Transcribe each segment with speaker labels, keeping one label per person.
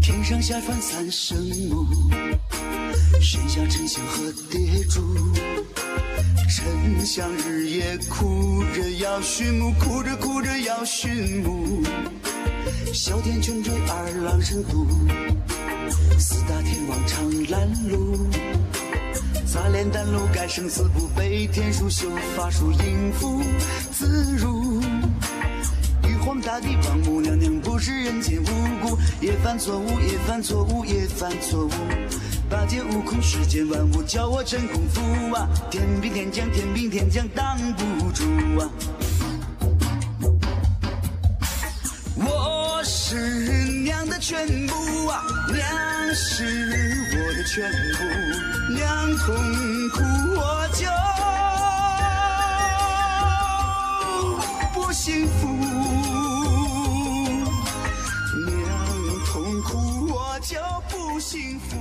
Speaker 1: 天上下穿三圣母，神像沉香和蝶珠，沉香日夜哭着要寻母，哭着哭着要寻母。哮天犬追二郎神渡，四大天王长拦路。杂连丹炉盖生死簿，背天术修法术，应付自如。玉皇大帝王母娘娘不是人间无辜，也犯错误，也犯错误，也犯错误。八戒、悟空、世间万物，叫我真功夫啊！天兵天将，天兵天将挡不住啊！我是娘的全部啊，娘是我的全部，娘痛苦我就不幸福，娘痛苦我就不幸福。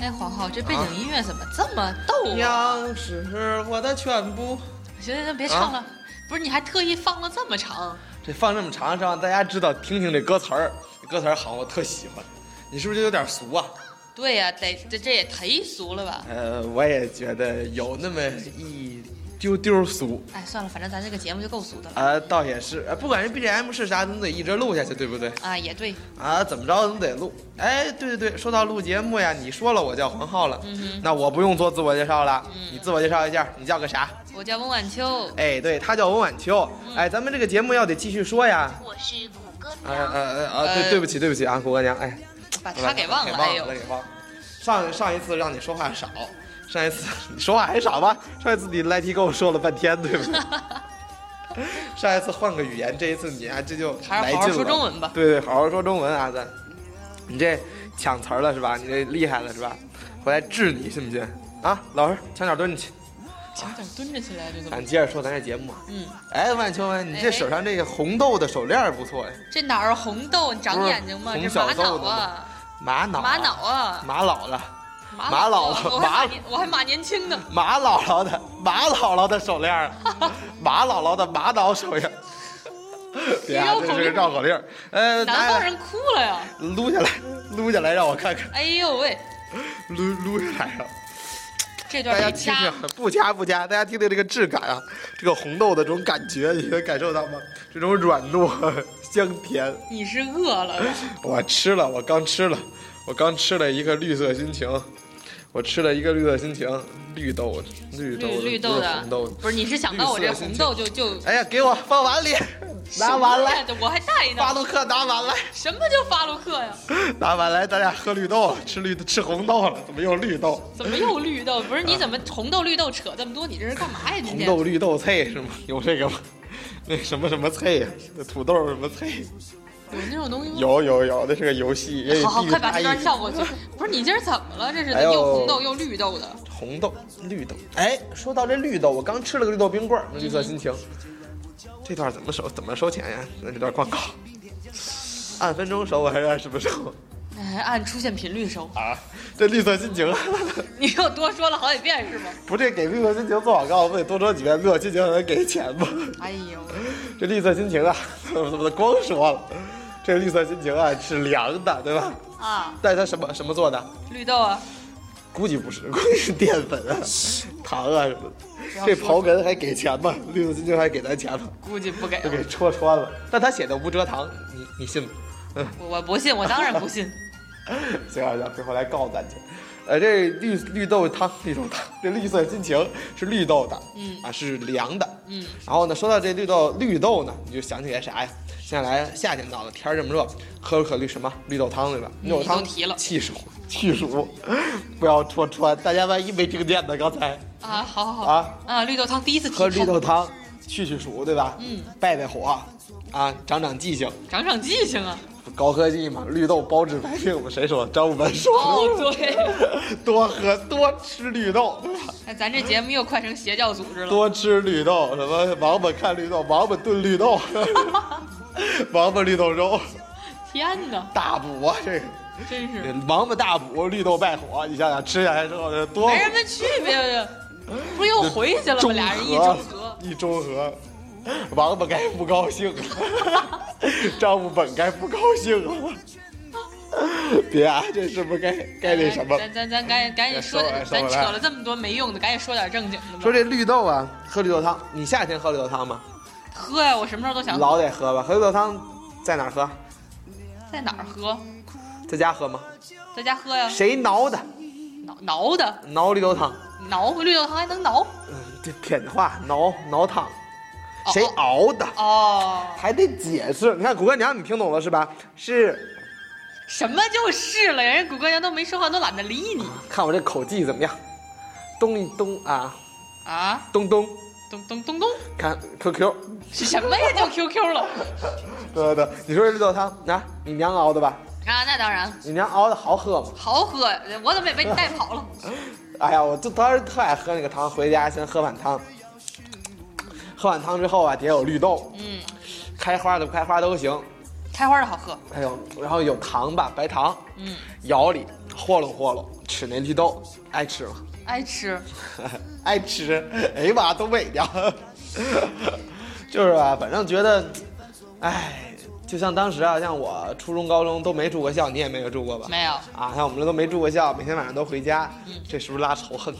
Speaker 2: 哎，黄浩，这背景音乐怎么这么逗啊？
Speaker 3: 娘是我的全部。
Speaker 2: 行行行，别唱了。不是，你还特意放了这么长？
Speaker 3: 这放这么长，是让大家知道听听这歌词儿，这歌词儿好，我特喜欢。你是不是就有点俗啊？
Speaker 2: 对呀、得这这也忒俗了吧？
Speaker 3: 呃，我也觉得有那么一丢丢俗。
Speaker 2: 哎，算了，反正咱这个节目就够俗的了。
Speaker 3: 啊，倒也是，啊，不管是 BGM 是啥，你得一直录下去，对不对？
Speaker 2: 啊，也对，
Speaker 3: 啊，怎么着你得录。哎，对对对，说到录节目呀，你说了我叫黄浩了，那我不用做自我介绍了，你自我介绍一下，你叫个啥？
Speaker 2: 我叫翁晚秋，
Speaker 3: 哎，对，他叫温晚秋。
Speaker 2: 嗯
Speaker 3: 哎，咱们这个节目要得继续说呀。
Speaker 4: 我是谷歌
Speaker 3: 啊啊啊啊！
Speaker 2: 呃
Speaker 3: 对，对不起，对不起啊，郭哥娘，哎，
Speaker 2: 把他给忘了。
Speaker 3: 给
Speaker 2: 哎
Speaker 3: 忘
Speaker 2: 呦
Speaker 3: 了，，给忘了。上上一次让你说话少，上一次 你说话还少吧？上一次你来题跟我说了半天，对不 对？上一次换个语言，这一次你啊，这就
Speaker 2: 还
Speaker 3: 来
Speaker 2: 是
Speaker 3: 劲
Speaker 2: 好
Speaker 3: 了。
Speaker 2: 好说中文吧
Speaker 3: 对对，好好说中文啊，咱。你这抢词儿了是吧？你这厉害了是吧？回来治你信不信？啊，老师，墙角蹲着去。
Speaker 2: 前点蹲着起来就这么。
Speaker 3: 咱接着说咱这节目啊。
Speaker 2: 嗯，
Speaker 3: 哎，万秋文，你
Speaker 2: 哎
Speaker 3: 这手上这个红豆的手链儿不错呀，
Speaker 2: 这哪儿红豆？你长眼睛吗？
Speaker 3: 不
Speaker 2: 这
Speaker 3: 是
Speaker 2: 玛
Speaker 3: 红小
Speaker 2: 瑙
Speaker 3: 豆的
Speaker 2: 啊，
Speaker 3: 玛瑙啊，
Speaker 2: 玛瑙啊，
Speaker 3: 玛瑙的，
Speaker 2: 玛啊
Speaker 3: 玛瑙
Speaker 2: 我还马年我还马年轻 呢。
Speaker 3: 马姥姥的马姥姥的手链儿，啊马姥姥的玛瑙手链儿。别啊，这是个绕口令儿。呃，
Speaker 2: 南
Speaker 3: 拿
Speaker 2: 方人哭了呀！
Speaker 3: 撸下来，撸下来，让我看看，
Speaker 2: 哎呦喂，
Speaker 3: 撸撸下来啊！
Speaker 2: 这段
Speaker 3: 大家
Speaker 2: 得
Speaker 3: 听
Speaker 2: 加
Speaker 3: 听，不加不加，大家听听这个质感啊，这个红豆的这种感觉，你能感受到吗？这种软糯、 香甜。
Speaker 2: 你是饿了吧？
Speaker 3: 我吃了，我刚吃了，我刚吃了一个绿色心情，我吃了一个绿色心情，绿豆，绿 豆，
Speaker 2: 绿绿
Speaker 3: 不
Speaker 2: 豆
Speaker 3: 是
Speaker 2: 的，
Speaker 3: 红豆。
Speaker 2: 不是你是想到我这红豆就就
Speaker 3: 哎呀，给我放碗 里，拿啊完来，
Speaker 2: 来，我还带
Speaker 3: 巴
Speaker 2: 呢。
Speaker 3: 洛克拿 碗来，
Speaker 2: 什么叫巴洛克呀？
Speaker 3: 拿碗来，咱俩喝绿豆了，吃绿吃红豆了，怎么又绿豆？
Speaker 2: 怎么又绿豆？不是你怎么红豆绿豆扯这么多？你这是干嘛呀？今
Speaker 3: 红
Speaker 2: 天
Speaker 3: 豆绿豆脆是吗？有这个吗？ 那什么什么脆呀、那土豆什么脆？
Speaker 2: 有那种东西吗？
Speaker 3: 有有有，那是个游戏。
Speaker 2: 好好，快把这段
Speaker 3: 跳
Speaker 2: 跳过去。不是你今儿怎么了？这是
Speaker 3: 哎呦
Speaker 2: 又红豆又绿豆的，
Speaker 3: 红豆、绿豆。哎，说到这绿豆，我刚吃了个绿豆冰棍儿，绿色心情。这段怎么收？怎么收钱呀？那这段广告，按分钟收还是按什么收
Speaker 2: 哎，按出现频率收。
Speaker 3: 啊？这绿色心情。
Speaker 2: 你又多说了好几遍是吗？
Speaker 3: 不这给绿色心情做广告，不得多说几遍？绿色心情还能给钱吗？
Speaker 2: 哎呦，
Speaker 3: 这绿色心情啊，我怎么光说了？这绿色心情啊是凉的，对吧？
Speaker 2: 啊，
Speaker 3: 但是它什么什么做的？
Speaker 2: 绿豆啊，
Speaker 3: 估计不是，估计是淀粉啊、糖啊什么的。
Speaker 2: 要
Speaker 3: 这
Speaker 2: 说
Speaker 3: 刨根还给钱吗？绿色心情还给咱钱吗？
Speaker 2: 估计不给
Speaker 3: 就。给戳穿了。 但他写的无蔗糖，你 你信吗？
Speaker 2: 我我不信，我当然不信。
Speaker 3: 行啊行啊，最后来告咱去。呃，这绿绿豆汤，绿豆汤， 这绿色心情是绿豆的，嗯啊是凉的，嗯。然后呢，说到这绿豆绿豆呢，你就想起来啥呀？现在来夏天到了，天儿这么热，喝可绿什么绿豆汤对吧？绿豆汤
Speaker 2: 你都提了
Speaker 3: 气暑 气暑，不要戳穿，大家万一没听见呢，刚才。
Speaker 2: 啊，好好好
Speaker 3: 啊
Speaker 2: 绿豆汤第一次
Speaker 3: 喝
Speaker 2: 听
Speaker 3: 绿豆汤去去暑，对吧？
Speaker 2: 嗯，
Speaker 3: 败败火，啊，长长记性，
Speaker 2: 长长记性啊！
Speaker 3: 高科技嘛，绿豆包治百病嘛，谁说的？张武门说
Speaker 2: 哦， 对，
Speaker 3: 的，多喝多吃 绿豆，对吧
Speaker 2: 哎咱这节目又快成邪教组织了。
Speaker 3: 多吃绿豆，什么王八看绿豆，王八炖绿 豆，王八绿豆粥，
Speaker 2: 天哪，
Speaker 3: 大补啊，这个。
Speaker 2: 真是
Speaker 3: 王八大补，绿豆败火，你想想吃下来之后这多
Speaker 2: 没什么区哎别呀，不是又回去了吗？
Speaker 3: 中
Speaker 2: 俩人一
Speaker 3: 和
Speaker 2: 中和，
Speaker 3: 一中和，王八该不 高兴了，张武本该不高兴了。别啊，这是不是该该那什么？
Speaker 2: 咱咱咱赶紧赶紧说
Speaker 3: 收回
Speaker 2: 点，
Speaker 3: 来收回
Speaker 2: 咱
Speaker 3: 来
Speaker 2: 扯了这么多没用的，赶紧说点正经的吧。
Speaker 3: 说这绿豆啊，喝绿豆汤，你夏天喝绿豆汤吗？
Speaker 2: 喝呀，我什么时候都想喝
Speaker 3: 老得喝吧。喝绿豆汤在哪儿喝？
Speaker 2: 在哪儿喝，
Speaker 3: 在家喝吗？
Speaker 2: 在家喝呀，
Speaker 3: 谁挠的？
Speaker 2: 挠挠的
Speaker 3: 挠绿豆汤，
Speaker 2: 挠绿豆汤还能挠
Speaker 3: 嗯，这偏话，挠挠汤，
Speaker 2: 哦
Speaker 3: 谁熬的？
Speaker 2: 哦，
Speaker 3: 还得解释。你看骨干娘，你听懂了是吧？是，
Speaker 2: 什么就是了，人家谷歌娘都没说话，都懒得理你
Speaker 3: 看我这口技怎么样？咚一咚啊，
Speaker 2: 啊！
Speaker 3: 咚咚。
Speaker 2: 咚咚咚咚，
Speaker 3: 看 QQ，
Speaker 2: 是什么呀？叫 QQ 了
Speaker 3: 对对对，你说这绿豆汤啊，你娘熬的吧？
Speaker 2: 啊？那当然，
Speaker 3: 你娘熬的好喝吗？
Speaker 2: 好喝，我怎么也被你带跑了？
Speaker 3: 哎呀，我就当时特爱喝那个汤，回家先喝碗汤，喝碗汤之后啊，底下有绿豆，
Speaker 2: 嗯，
Speaker 3: 开花的不开花都行，
Speaker 2: 开花的好喝，
Speaker 3: 还有然后有糖吧，白糖，
Speaker 2: 嗯，
Speaker 3: 舀里和拢和拢，吃那绿豆，爱吃吗？
Speaker 2: 爱吃。
Speaker 3: 爱吃，哎呀妈，东北的， 就是吧，反正觉得，哎，就像当时啊，像我初中、高中都没住过校，你也没有住过吧？
Speaker 2: 没有，嗯
Speaker 3: 啊，像我们这都没住过校，每天晚上都回家，这是不是拉仇恨？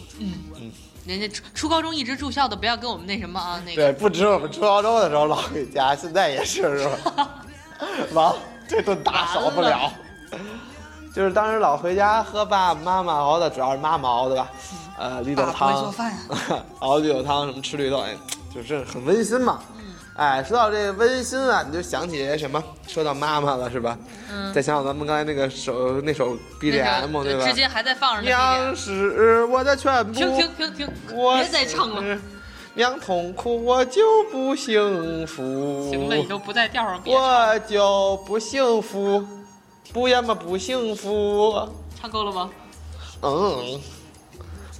Speaker 2: 人家初初高中一直住校的，不要跟我们那什么啊，那个
Speaker 3: 对，不止我们初高中的时候老回家，现在也是是吧？ 完，这顿打少不了。就是当时老回家喝爸爸妈妈熬的，主要是妈妈熬的吧？呃，绿豆
Speaker 2: 爸不会
Speaker 3: 汤
Speaker 2: 做饭呀，啊
Speaker 3: 熬绿豆汤什么吃绿豆，哎，就是很温馨嘛。
Speaker 2: 嗯
Speaker 3: 哎，说到这温馨啊，你就想起什么？说到妈妈了是吧？嗯。再想想咱们刚才那个首那首 BGM
Speaker 2: 那
Speaker 3: 对
Speaker 2: 个，
Speaker 3: 吧
Speaker 2: 至？今还在放着呢。
Speaker 3: 娘是我的全部。
Speaker 2: 停停停停，
Speaker 3: 我
Speaker 2: 别再唱了，
Speaker 3: 是。娘痛苦，我就不幸福。
Speaker 2: 行了，你都不在调上，别
Speaker 3: 我就不幸福，不要么不幸福。
Speaker 2: 唱够了吗？
Speaker 3: 嗯，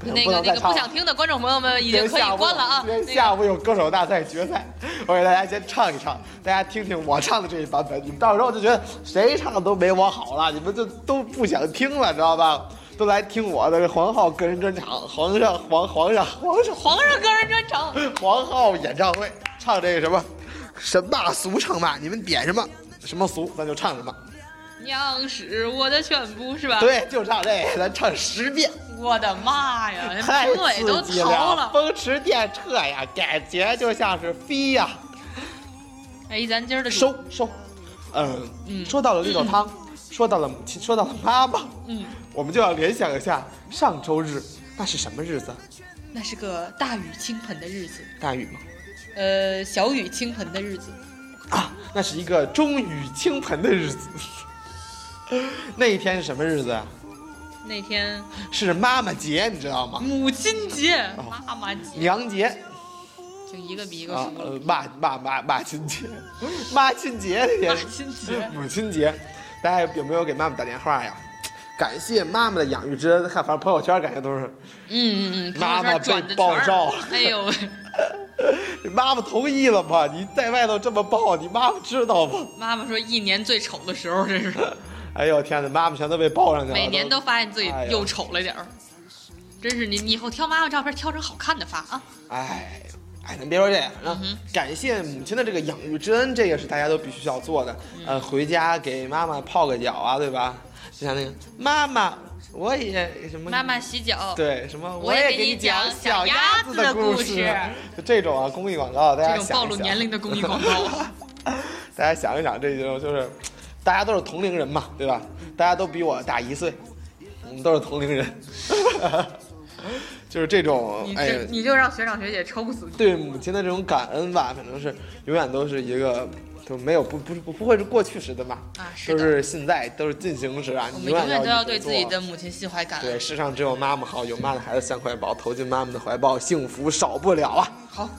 Speaker 3: 不行
Speaker 2: 那
Speaker 3: 不
Speaker 2: 个那
Speaker 3: 能再
Speaker 2: 个
Speaker 3: 唱
Speaker 2: 不
Speaker 3: 了
Speaker 2: 想听的观众朋友们已经
Speaker 3: 今天
Speaker 2: 可以
Speaker 3: 下午
Speaker 2: 关了啊。
Speaker 3: 今
Speaker 2: 那
Speaker 3: 天
Speaker 2: 个
Speaker 3: 下午有歌手大赛决赛，我给大家先唱一唱，大家听听我唱的这一版本，你们到时候就觉得谁唱的都没我好了，你们就都不想听了，知道吧？都来听我的黄浩个人专场，皇上皇皇上皇上
Speaker 2: 皇上个人专场，
Speaker 3: 黄浩演唱会唱这个什么神骂俗唱骂，你们点什么什么俗，咱就唱什么。
Speaker 2: 娘是我的全部是吧？，
Speaker 3: 对，就唱这个，咱唱十遍，
Speaker 2: 我的妈呀，那
Speaker 3: 太
Speaker 2: 哎评委都
Speaker 3: 刺激
Speaker 2: 逃
Speaker 3: 了。
Speaker 2: 了。
Speaker 3: 风驰电掣呀，感觉就像是飞呀。
Speaker 2: 哎，咱今儿的主
Speaker 3: 收收，嗯，
Speaker 2: 嗯
Speaker 3: 说到了绿豆汤，说到了母亲，说到了妈妈，
Speaker 2: 嗯，
Speaker 3: 我们就要联想一下上周日那是什么日子？
Speaker 2: 那是个大雨倾盆的日子，
Speaker 3: 大雨吗？
Speaker 2: 呃，小雨倾盆的日子，
Speaker 3: 啊，那是一个中雨倾盆的日子。 那一天是什么日子啊？
Speaker 2: 那天
Speaker 3: 是妈妈节，你知道吗？
Speaker 2: 母亲节、
Speaker 3: 哦
Speaker 2: 妈妈节，
Speaker 3: 娘节
Speaker 2: 就一个比一个
Speaker 3: 啊
Speaker 2: 熟，了。
Speaker 3: 呃骂骂骂骂亲节， 妈亲节那
Speaker 2: 母
Speaker 3: 天
Speaker 2: 亲
Speaker 3: 是
Speaker 2: 节，
Speaker 3: 母亲节，大家有没有给妈妈打电话呀？感谢妈妈的养育之恩，看反正朋友圈感觉都是
Speaker 2: 嗯嗯嗯，
Speaker 3: 妈
Speaker 2: 朋
Speaker 3: 妈
Speaker 2: 友圈转
Speaker 3: 被
Speaker 2: 的
Speaker 3: 爆
Speaker 2: 全是
Speaker 3: 照了
Speaker 2: 哎呦喂，
Speaker 3: 妈妈同意了吗？你在外头这么抱，你妈妈知道吗？
Speaker 2: 妈妈说一年最丑的时候， 这是
Speaker 3: 哎呦天哪，妈妈全都被抱上去了，
Speaker 2: 每年都发现自己
Speaker 3: 哎呀
Speaker 2: 又丑了点儿。真是你，你以后挑妈妈照片挑成好看的发啊！
Speaker 3: 哎。哎，咱别说这个，反正
Speaker 2: 嗯
Speaker 3: 感谢母亲的这个养育之恩，这个是大家都必须要做的。
Speaker 2: 嗯
Speaker 3: 呃，回家给妈妈泡个脚啊，对吧？就像那个妈妈，我也什么
Speaker 2: 妈妈洗脚，
Speaker 3: 对，什么
Speaker 2: 我也
Speaker 3: 也
Speaker 2: 给
Speaker 3: 给
Speaker 2: 你
Speaker 3: 讲
Speaker 2: 讲小
Speaker 3: 鸭
Speaker 2: 鸭
Speaker 3: 子
Speaker 2: 子的
Speaker 3: 故
Speaker 2: 故事，
Speaker 3: 就这种啊，公益广告，大家
Speaker 2: 这种
Speaker 3: 想一
Speaker 2: 暴露
Speaker 3: 想
Speaker 2: 年龄的公益广告， 啊
Speaker 3: 大家想一想，这就就是，大家都是同龄人嘛，对吧？大家都比我大一岁，我们都是同龄人， 就是这种
Speaker 2: 你
Speaker 3: 哎呀
Speaker 2: 就，你就让学长学姐抽死你。
Speaker 3: 对母亲的这种感恩吧，可能是永远都是一个。都没有不不是不不会是过去时的嘛，
Speaker 2: 啊是
Speaker 3: 都
Speaker 2: 的
Speaker 3: 是现在都是进行时啊，
Speaker 2: 我
Speaker 3: 你
Speaker 2: 们永远都要
Speaker 3: 一
Speaker 2: 对
Speaker 3: 步
Speaker 2: 自己
Speaker 3: 做
Speaker 2: 的母亲心怀感
Speaker 3: 对
Speaker 2: 恩。
Speaker 3: 世上只有妈妈好，有妈的孩子像块宝，投进妈妈的怀抱，幸福少不了啊。
Speaker 2: 嗯好，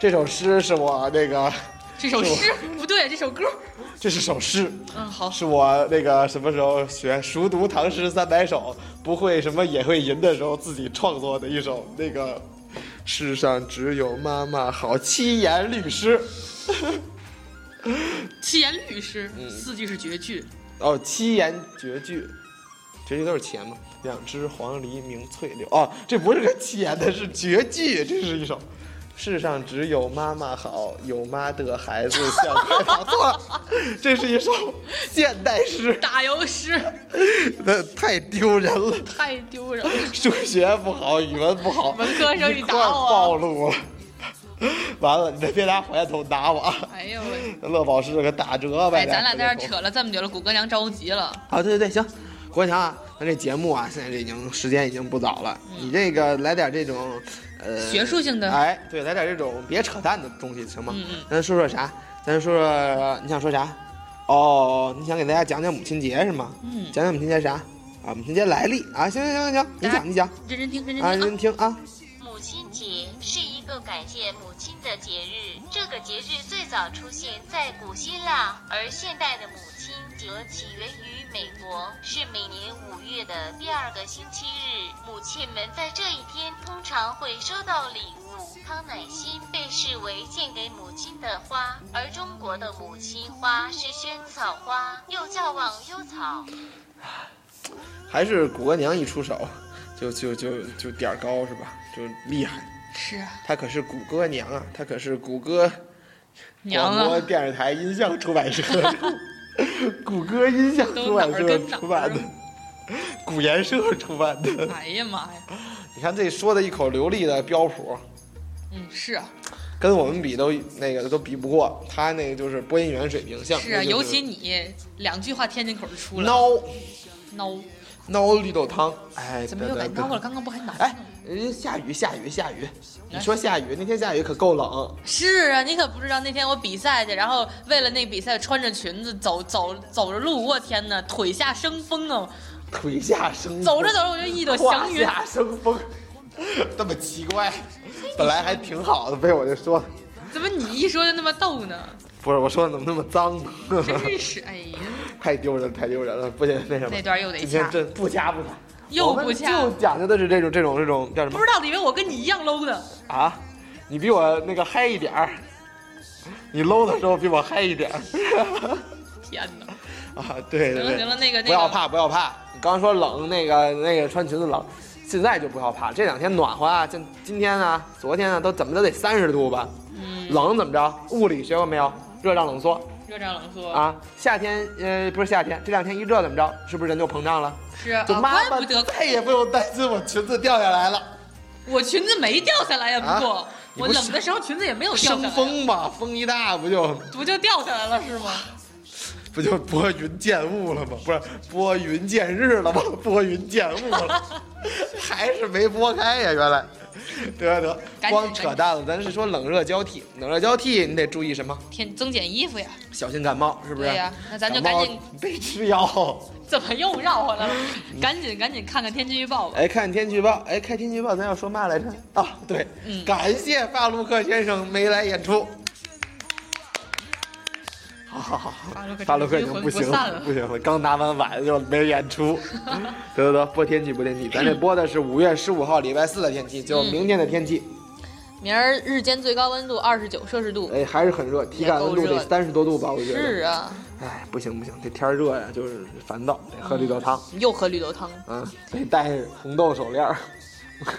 Speaker 3: 这首诗是我那个，
Speaker 2: 这首诗不对，啊这首歌。
Speaker 3: 这是首诗，
Speaker 2: 嗯，好，
Speaker 3: 是我那个什么时候学熟读唐诗三百首，不会什么也会吟的时候自己创作的一首那个。世上只有妈妈好，七言律诗。
Speaker 2: 七言律诗，
Speaker 3: 嗯
Speaker 2: 四句是绝句。
Speaker 3: 哦，七言绝句，绝句都是钱嘛。两只黄鹂鸣翠柳。哦，这不是个七言的，是绝句，这是一首。世上只有妈妈好，有妈的孩子像块宝。错 了，这是一首现代诗，
Speaker 2: 打油诗
Speaker 3: 那太丢人了。
Speaker 2: 太丢人了，
Speaker 3: 数学不好，语文不好，
Speaker 2: 文科生
Speaker 3: 一
Speaker 2: 你
Speaker 3: 块
Speaker 2: 打
Speaker 3: 儿
Speaker 2: 我
Speaker 3: 暴露了。完了，你再别拿火箭筒打我啊！
Speaker 2: 哎呦 喂！
Speaker 3: 乐宝是个打折呗。
Speaker 2: 哎，咱俩在这
Speaker 3: 扯。
Speaker 2: 儿扯了这么久了，谷歌娘着急了。
Speaker 3: 啊，对对对，行，国强啊，咱这节目啊，现在这已经时间已经不早了，你这个来点这种，呃，
Speaker 2: 学术性的
Speaker 3: 哎，对，来点这种别扯淡的东西行吗？
Speaker 2: 嗯嗯
Speaker 3: 咱说说啥？咱说说你想说啥？哦，你想给大家讲讲母亲节是吗？
Speaker 2: 嗯
Speaker 3: 讲讲母亲节啥？啊，母亲节来历啊，行行行行行，你
Speaker 2: 大家
Speaker 3: 讲你讲
Speaker 2: 认真听，认
Speaker 3: 啊，
Speaker 2: 真听啊！
Speaker 3: 您听啊，
Speaker 4: 母亲节是一个感谢母亲的节日。这个节日最早出现在古希腊，而现代的母亲则起源于美国，是每年五月的第二个星期日。母亲们在这一天通常会收到礼物，康乃馨被视为献给母亲的花，而中国的母亲花是萱草花，又叫忘忧草。
Speaker 3: 还是谷歌娘一出手，就就就就点儿高是吧？就厉害，
Speaker 2: 是啊，
Speaker 3: 她可是谷歌娘啊，她可是谷歌。
Speaker 2: 娘
Speaker 3: 广播
Speaker 2: 啊，
Speaker 3: 电视台音像出版 社、谷歌音像出版社出版
Speaker 2: 都哪儿跟哪儿，
Speaker 3: 的古研社出版的。
Speaker 2: 哎呀妈呀！
Speaker 3: 你看这说的一口流利的标普，
Speaker 2: 嗯，是啊，
Speaker 3: 跟我们比都那个都比不过他那个就是播音员水平像。
Speaker 2: 是啊，
Speaker 3: 那就
Speaker 2: 尤其你两句话天津口就出了，
Speaker 3: 孬
Speaker 2: 孬，
Speaker 3: 孬绿豆汤，哎，
Speaker 2: 怎么又
Speaker 3: 得
Speaker 2: 改
Speaker 3: 得
Speaker 2: 孬了？刚刚不还难
Speaker 3: 哎
Speaker 2: 呢？，
Speaker 3: 人家下雨下雨下雨，你
Speaker 2: 哎
Speaker 3: 说下雨那天下雨可够冷，
Speaker 2: 是啊，你可不知道那天我比赛去，然后为了那比赛穿着裙子走走走着路，我天呐，腿下生风啊！
Speaker 3: 腿下生风
Speaker 2: 走着走着我就一朵
Speaker 3: 胯
Speaker 2: 祥云，
Speaker 3: 下生风，这么奇怪，本来还挺好的，被我这说了。
Speaker 2: 怎么你一说就那么逗呢？
Speaker 3: 不是我说的怎么那么脏呢？
Speaker 2: 真是，哎呀，
Speaker 3: 太丢人，太丢人了！不行，那什么，
Speaker 2: 那段又得
Speaker 3: 今天
Speaker 2: 掐
Speaker 3: 真不掐不掐，
Speaker 2: 又不
Speaker 3: 我
Speaker 2: 掐
Speaker 3: 们，就讲究的是这种这种这种叫什
Speaker 2: 不
Speaker 3: 么
Speaker 2: 知道的以为我跟你一样 low 呢。
Speaker 3: 啊？你比我那个嗨一点儿，你 low 的时候比我嗨一点儿
Speaker 2: 天哪！
Speaker 3: 啊！对对
Speaker 2: 行
Speaker 3: 对，
Speaker 2: 了行了，那个那个
Speaker 3: 不要怕，不要怕。你刚刚说冷，那个那个穿裙子冷，现在就不要怕。这两天暖和啊，像今天啊、昨天啊，都怎么都得三十度吧？
Speaker 2: 嗯
Speaker 3: 冷怎么着？物理学过没有？热胀冷缩
Speaker 2: 热胀冷缩，
Speaker 3: 啊！夏天呃不是夏天，这两天一热怎么着？是不是人就膨胀了？
Speaker 2: 是啊，
Speaker 3: 就妈
Speaker 2: 怪
Speaker 3: 妈
Speaker 2: 不得
Speaker 3: 再也不用担心我裙子掉下来了。
Speaker 2: 我裙子没掉下来呀，不过
Speaker 3: 啊你
Speaker 2: 我
Speaker 3: 不是
Speaker 2: 冷的时候裙子也没有掉下
Speaker 3: 生
Speaker 2: 来，
Speaker 3: 风嘛，风一大不就
Speaker 2: 不就掉下来了是吗？
Speaker 3: 不就拨云见雾了吗？不是拨云见日了吗？拨云见雾了， 还是没拨开呀、原来，得得，
Speaker 2: 赶紧
Speaker 3: 光扯淡了。咱是说冷热交替，冷热交替你得注意什么？
Speaker 2: 天，增减衣服呀，
Speaker 3: 小心感冒，是不是？
Speaker 2: 对呀那咱就
Speaker 3: 感冒
Speaker 2: 赶紧
Speaker 3: 别吃药。
Speaker 2: 怎么又绕回来了？
Speaker 3: 嗯
Speaker 2: 赶紧赶紧看看天气预报吧。
Speaker 3: 哎，看天气预报，哎，看天气预报，咱要说嘛来着？啊，对，
Speaker 2: 嗯
Speaker 3: 感谢法鲁克先生没来演出。好好好，法
Speaker 2: 法
Speaker 3: 鲁
Speaker 2: 鲁
Speaker 3: 克
Speaker 2: 克
Speaker 3: 已
Speaker 2: 已
Speaker 3: 经
Speaker 2: 经不
Speaker 3: 不行
Speaker 2: 行
Speaker 3: 了
Speaker 2: 了，
Speaker 3: 不行了，刚拿完碗就没演 出。得得得，播天气播天气，咱这播的是五月十五号礼拜四的天气，就明天的天气，
Speaker 2: 明儿日间最高温度二十九摄氏度，
Speaker 3: 哎，还是很热，体感温度
Speaker 2: 也够
Speaker 3: 得
Speaker 2: 热
Speaker 3: 三十多度吧，我觉得。
Speaker 2: 是啊，
Speaker 3: 哎，不行不行，这天儿热呀，就是烦躁，得
Speaker 2: 嗯
Speaker 3: 喝绿豆汤，
Speaker 2: 又喝绿豆汤。
Speaker 3: 嗯，得戴红豆手链儿。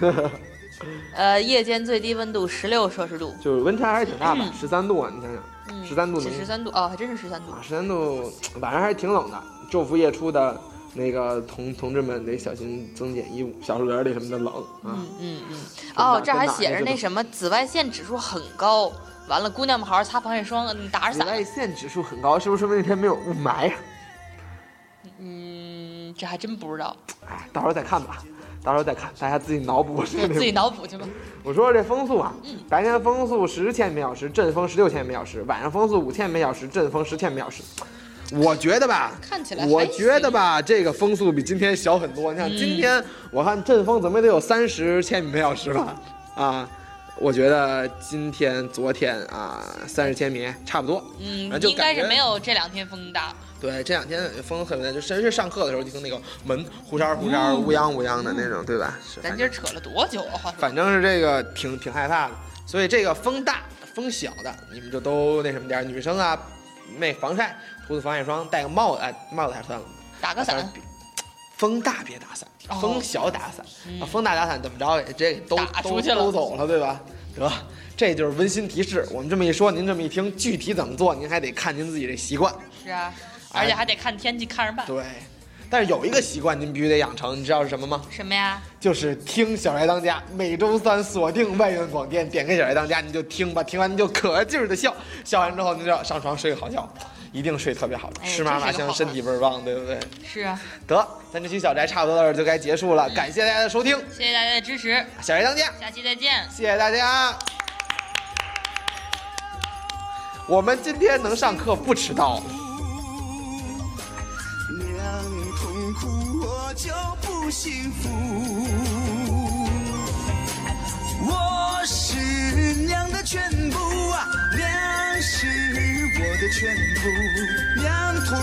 Speaker 2: 呃，夜间最低温度十六摄氏度，
Speaker 3: 就是温差还是挺大吧，十三度啊，你想想，
Speaker 2: 嗯，
Speaker 3: 十三度能
Speaker 2: 十三度啊，还真是十三度
Speaker 3: 啊，。十三度晚上还是挺冷的。昼伏夜出的那个同同志们得小心增减衣物，小树林里什么的冷啊。
Speaker 2: 嗯嗯嗯。
Speaker 3: 哪
Speaker 2: 哦，这还写
Speaker 3: 跟
Speaker 2: 着
Speaker 3: 哪儿似的
Speaker 2: 那什么紫外线指数很高。完了，姑娘们好好擦防晒霜，嗯打着
Speaker 3: 紫
Speaker 2: 伞。
Speaker 3: 啊外线指数很高，是不是说明那天没有雾霾？
Speaker 2: 嗯，这还真不知 道，
Speaker 3: 哎，到时候再看吧，到时候再看，大家自己脑补。 是
Speaker 2: 自己脑嗯补去吧。
Speaker 3: 我说这风速啊，白天风速十千每小时，阵风十六千每小时；晚上风速五千每小时，阵风十千每小时。我觉得吧，
Speaker 2: 看起来还
Speaker 3: 我觉得吧，这个风速比今天小很多。你看今天，我看阵风怎么也得有三十千米每小时吧？啊，我觉得今天、昨天啊，三十千米差不多。
Speaker 2: 嗯
Speaker 3: 反正，就
Speaker 2: 应该
Speaker 3: 感
Speaker 2: 是
Speaker 3: 觉
Speaker 2: 没有这两天风大。
Speaker 3: 对，这两天风特别大，就甚至上课的时候就听那个门呼哧呼哧、
Speaker 2: 嗯
Speaker 3: 乌泱乌泱的那种，对吧？是
Speaker 2: 咱
Speaker 3: 反
Speaker 2: 今
Speaker 3: 正
Speaker 2: 儿扯了多久啊？话说，
Speaker 3: 反正是这个挺挺害怕的，所以这个风大风小的，你们就都那什么点儿。女生啊，那防晒涂涂防晒霜，戴个帽子，哎，帽子还算了。
Speaker 2: 打个伞，
Speaker 3: 别风大别打伞，
Speaker 2: 哦嗯
Speaker 3: 风小打伞。啊，风大打伞怎么着也这都
Speaker 2: 打
Speaker 3: 都
Speaker 2: 出去了
Speaker 3: 都走了，对吧？得，这就是温馨提示。我们这么一说，您这么一听，具体怎么做，您还得看您自己这习惯。
Speaker 2: 是啊，而且还得看天气，看着办。
Speaker 3: 对，但是有一个习惯您必须得养成，你知道是什么吗？
Speaker 2: 什么呀？
Speaker 3: 就是听小宅当家，每周三锁定外援广电，点开小宅当家，你就听吧，听完你就可劲儿的笑，笑完之后您就要上床睡个好觉，一定睡特别好，
Speaker 2: 哎
Speaker 3: 吃嘛嘛
Speaker 2: 这是个
Speaker 3: 香，
Speaker 2: 好
Speaker 3: 身体倍儿棒，对不对？
Speaker 2: 是啊，
Speaker 3: 得，咱这期小宅差不多到这儿就该结束了，感谢大家的收听，
Speaker 2: 谢谢大家的支持，
Speaker 3: 小宅当家，
Speaker 2: 下期再见。
Speaker 3: 谢谢大家。我们今天能上课不迟到，
Speaker 1: 娘痛苦我就不幸福。我是娘的全部啊，娘是我的全部，娘痛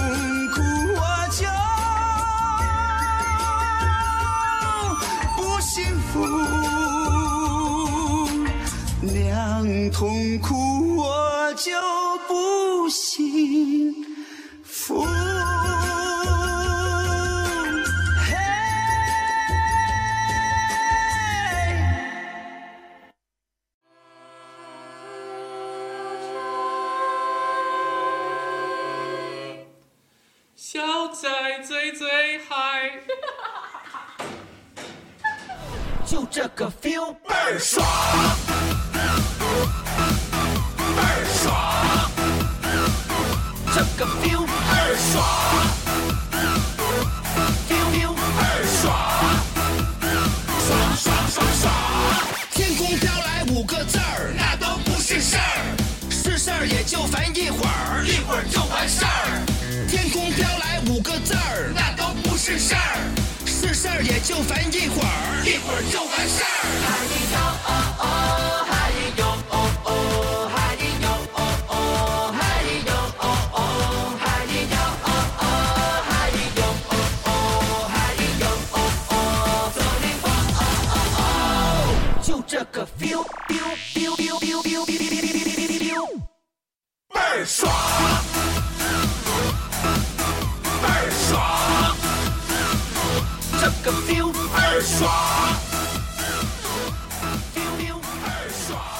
Speaker 1: 苦我就不幸福，娘痛苦我就不幸福。嘿。
Speaker 5: 小仔最最嗨。
Speaker 6: 就这个 feel 倍儿爽，倍儿爽，这个 feel 倍儿爽，feel feel 倍儿爽，爽爽爽爽。天空飘来五个字儿，那都不是事儿，是事儿也就烦一会儿，一会儿就完事儿。天空飘来五个字儿，那都不是事儿，是事儿也就烦一会儿，一会儿就完事儿。嗨哟哦哦，嗨哟哦哦，嗨哟哦哦，嗨哟哦哦，嗨哟哦哦，嗨哟哦哦，嗨哟哦哦，走你吧哦哦哦，就这个 feel feel feel feel feel feel feel feel，倍儿爽。倍儿爽，这个 feel 倍儿爽，feel feel 倍儿爽。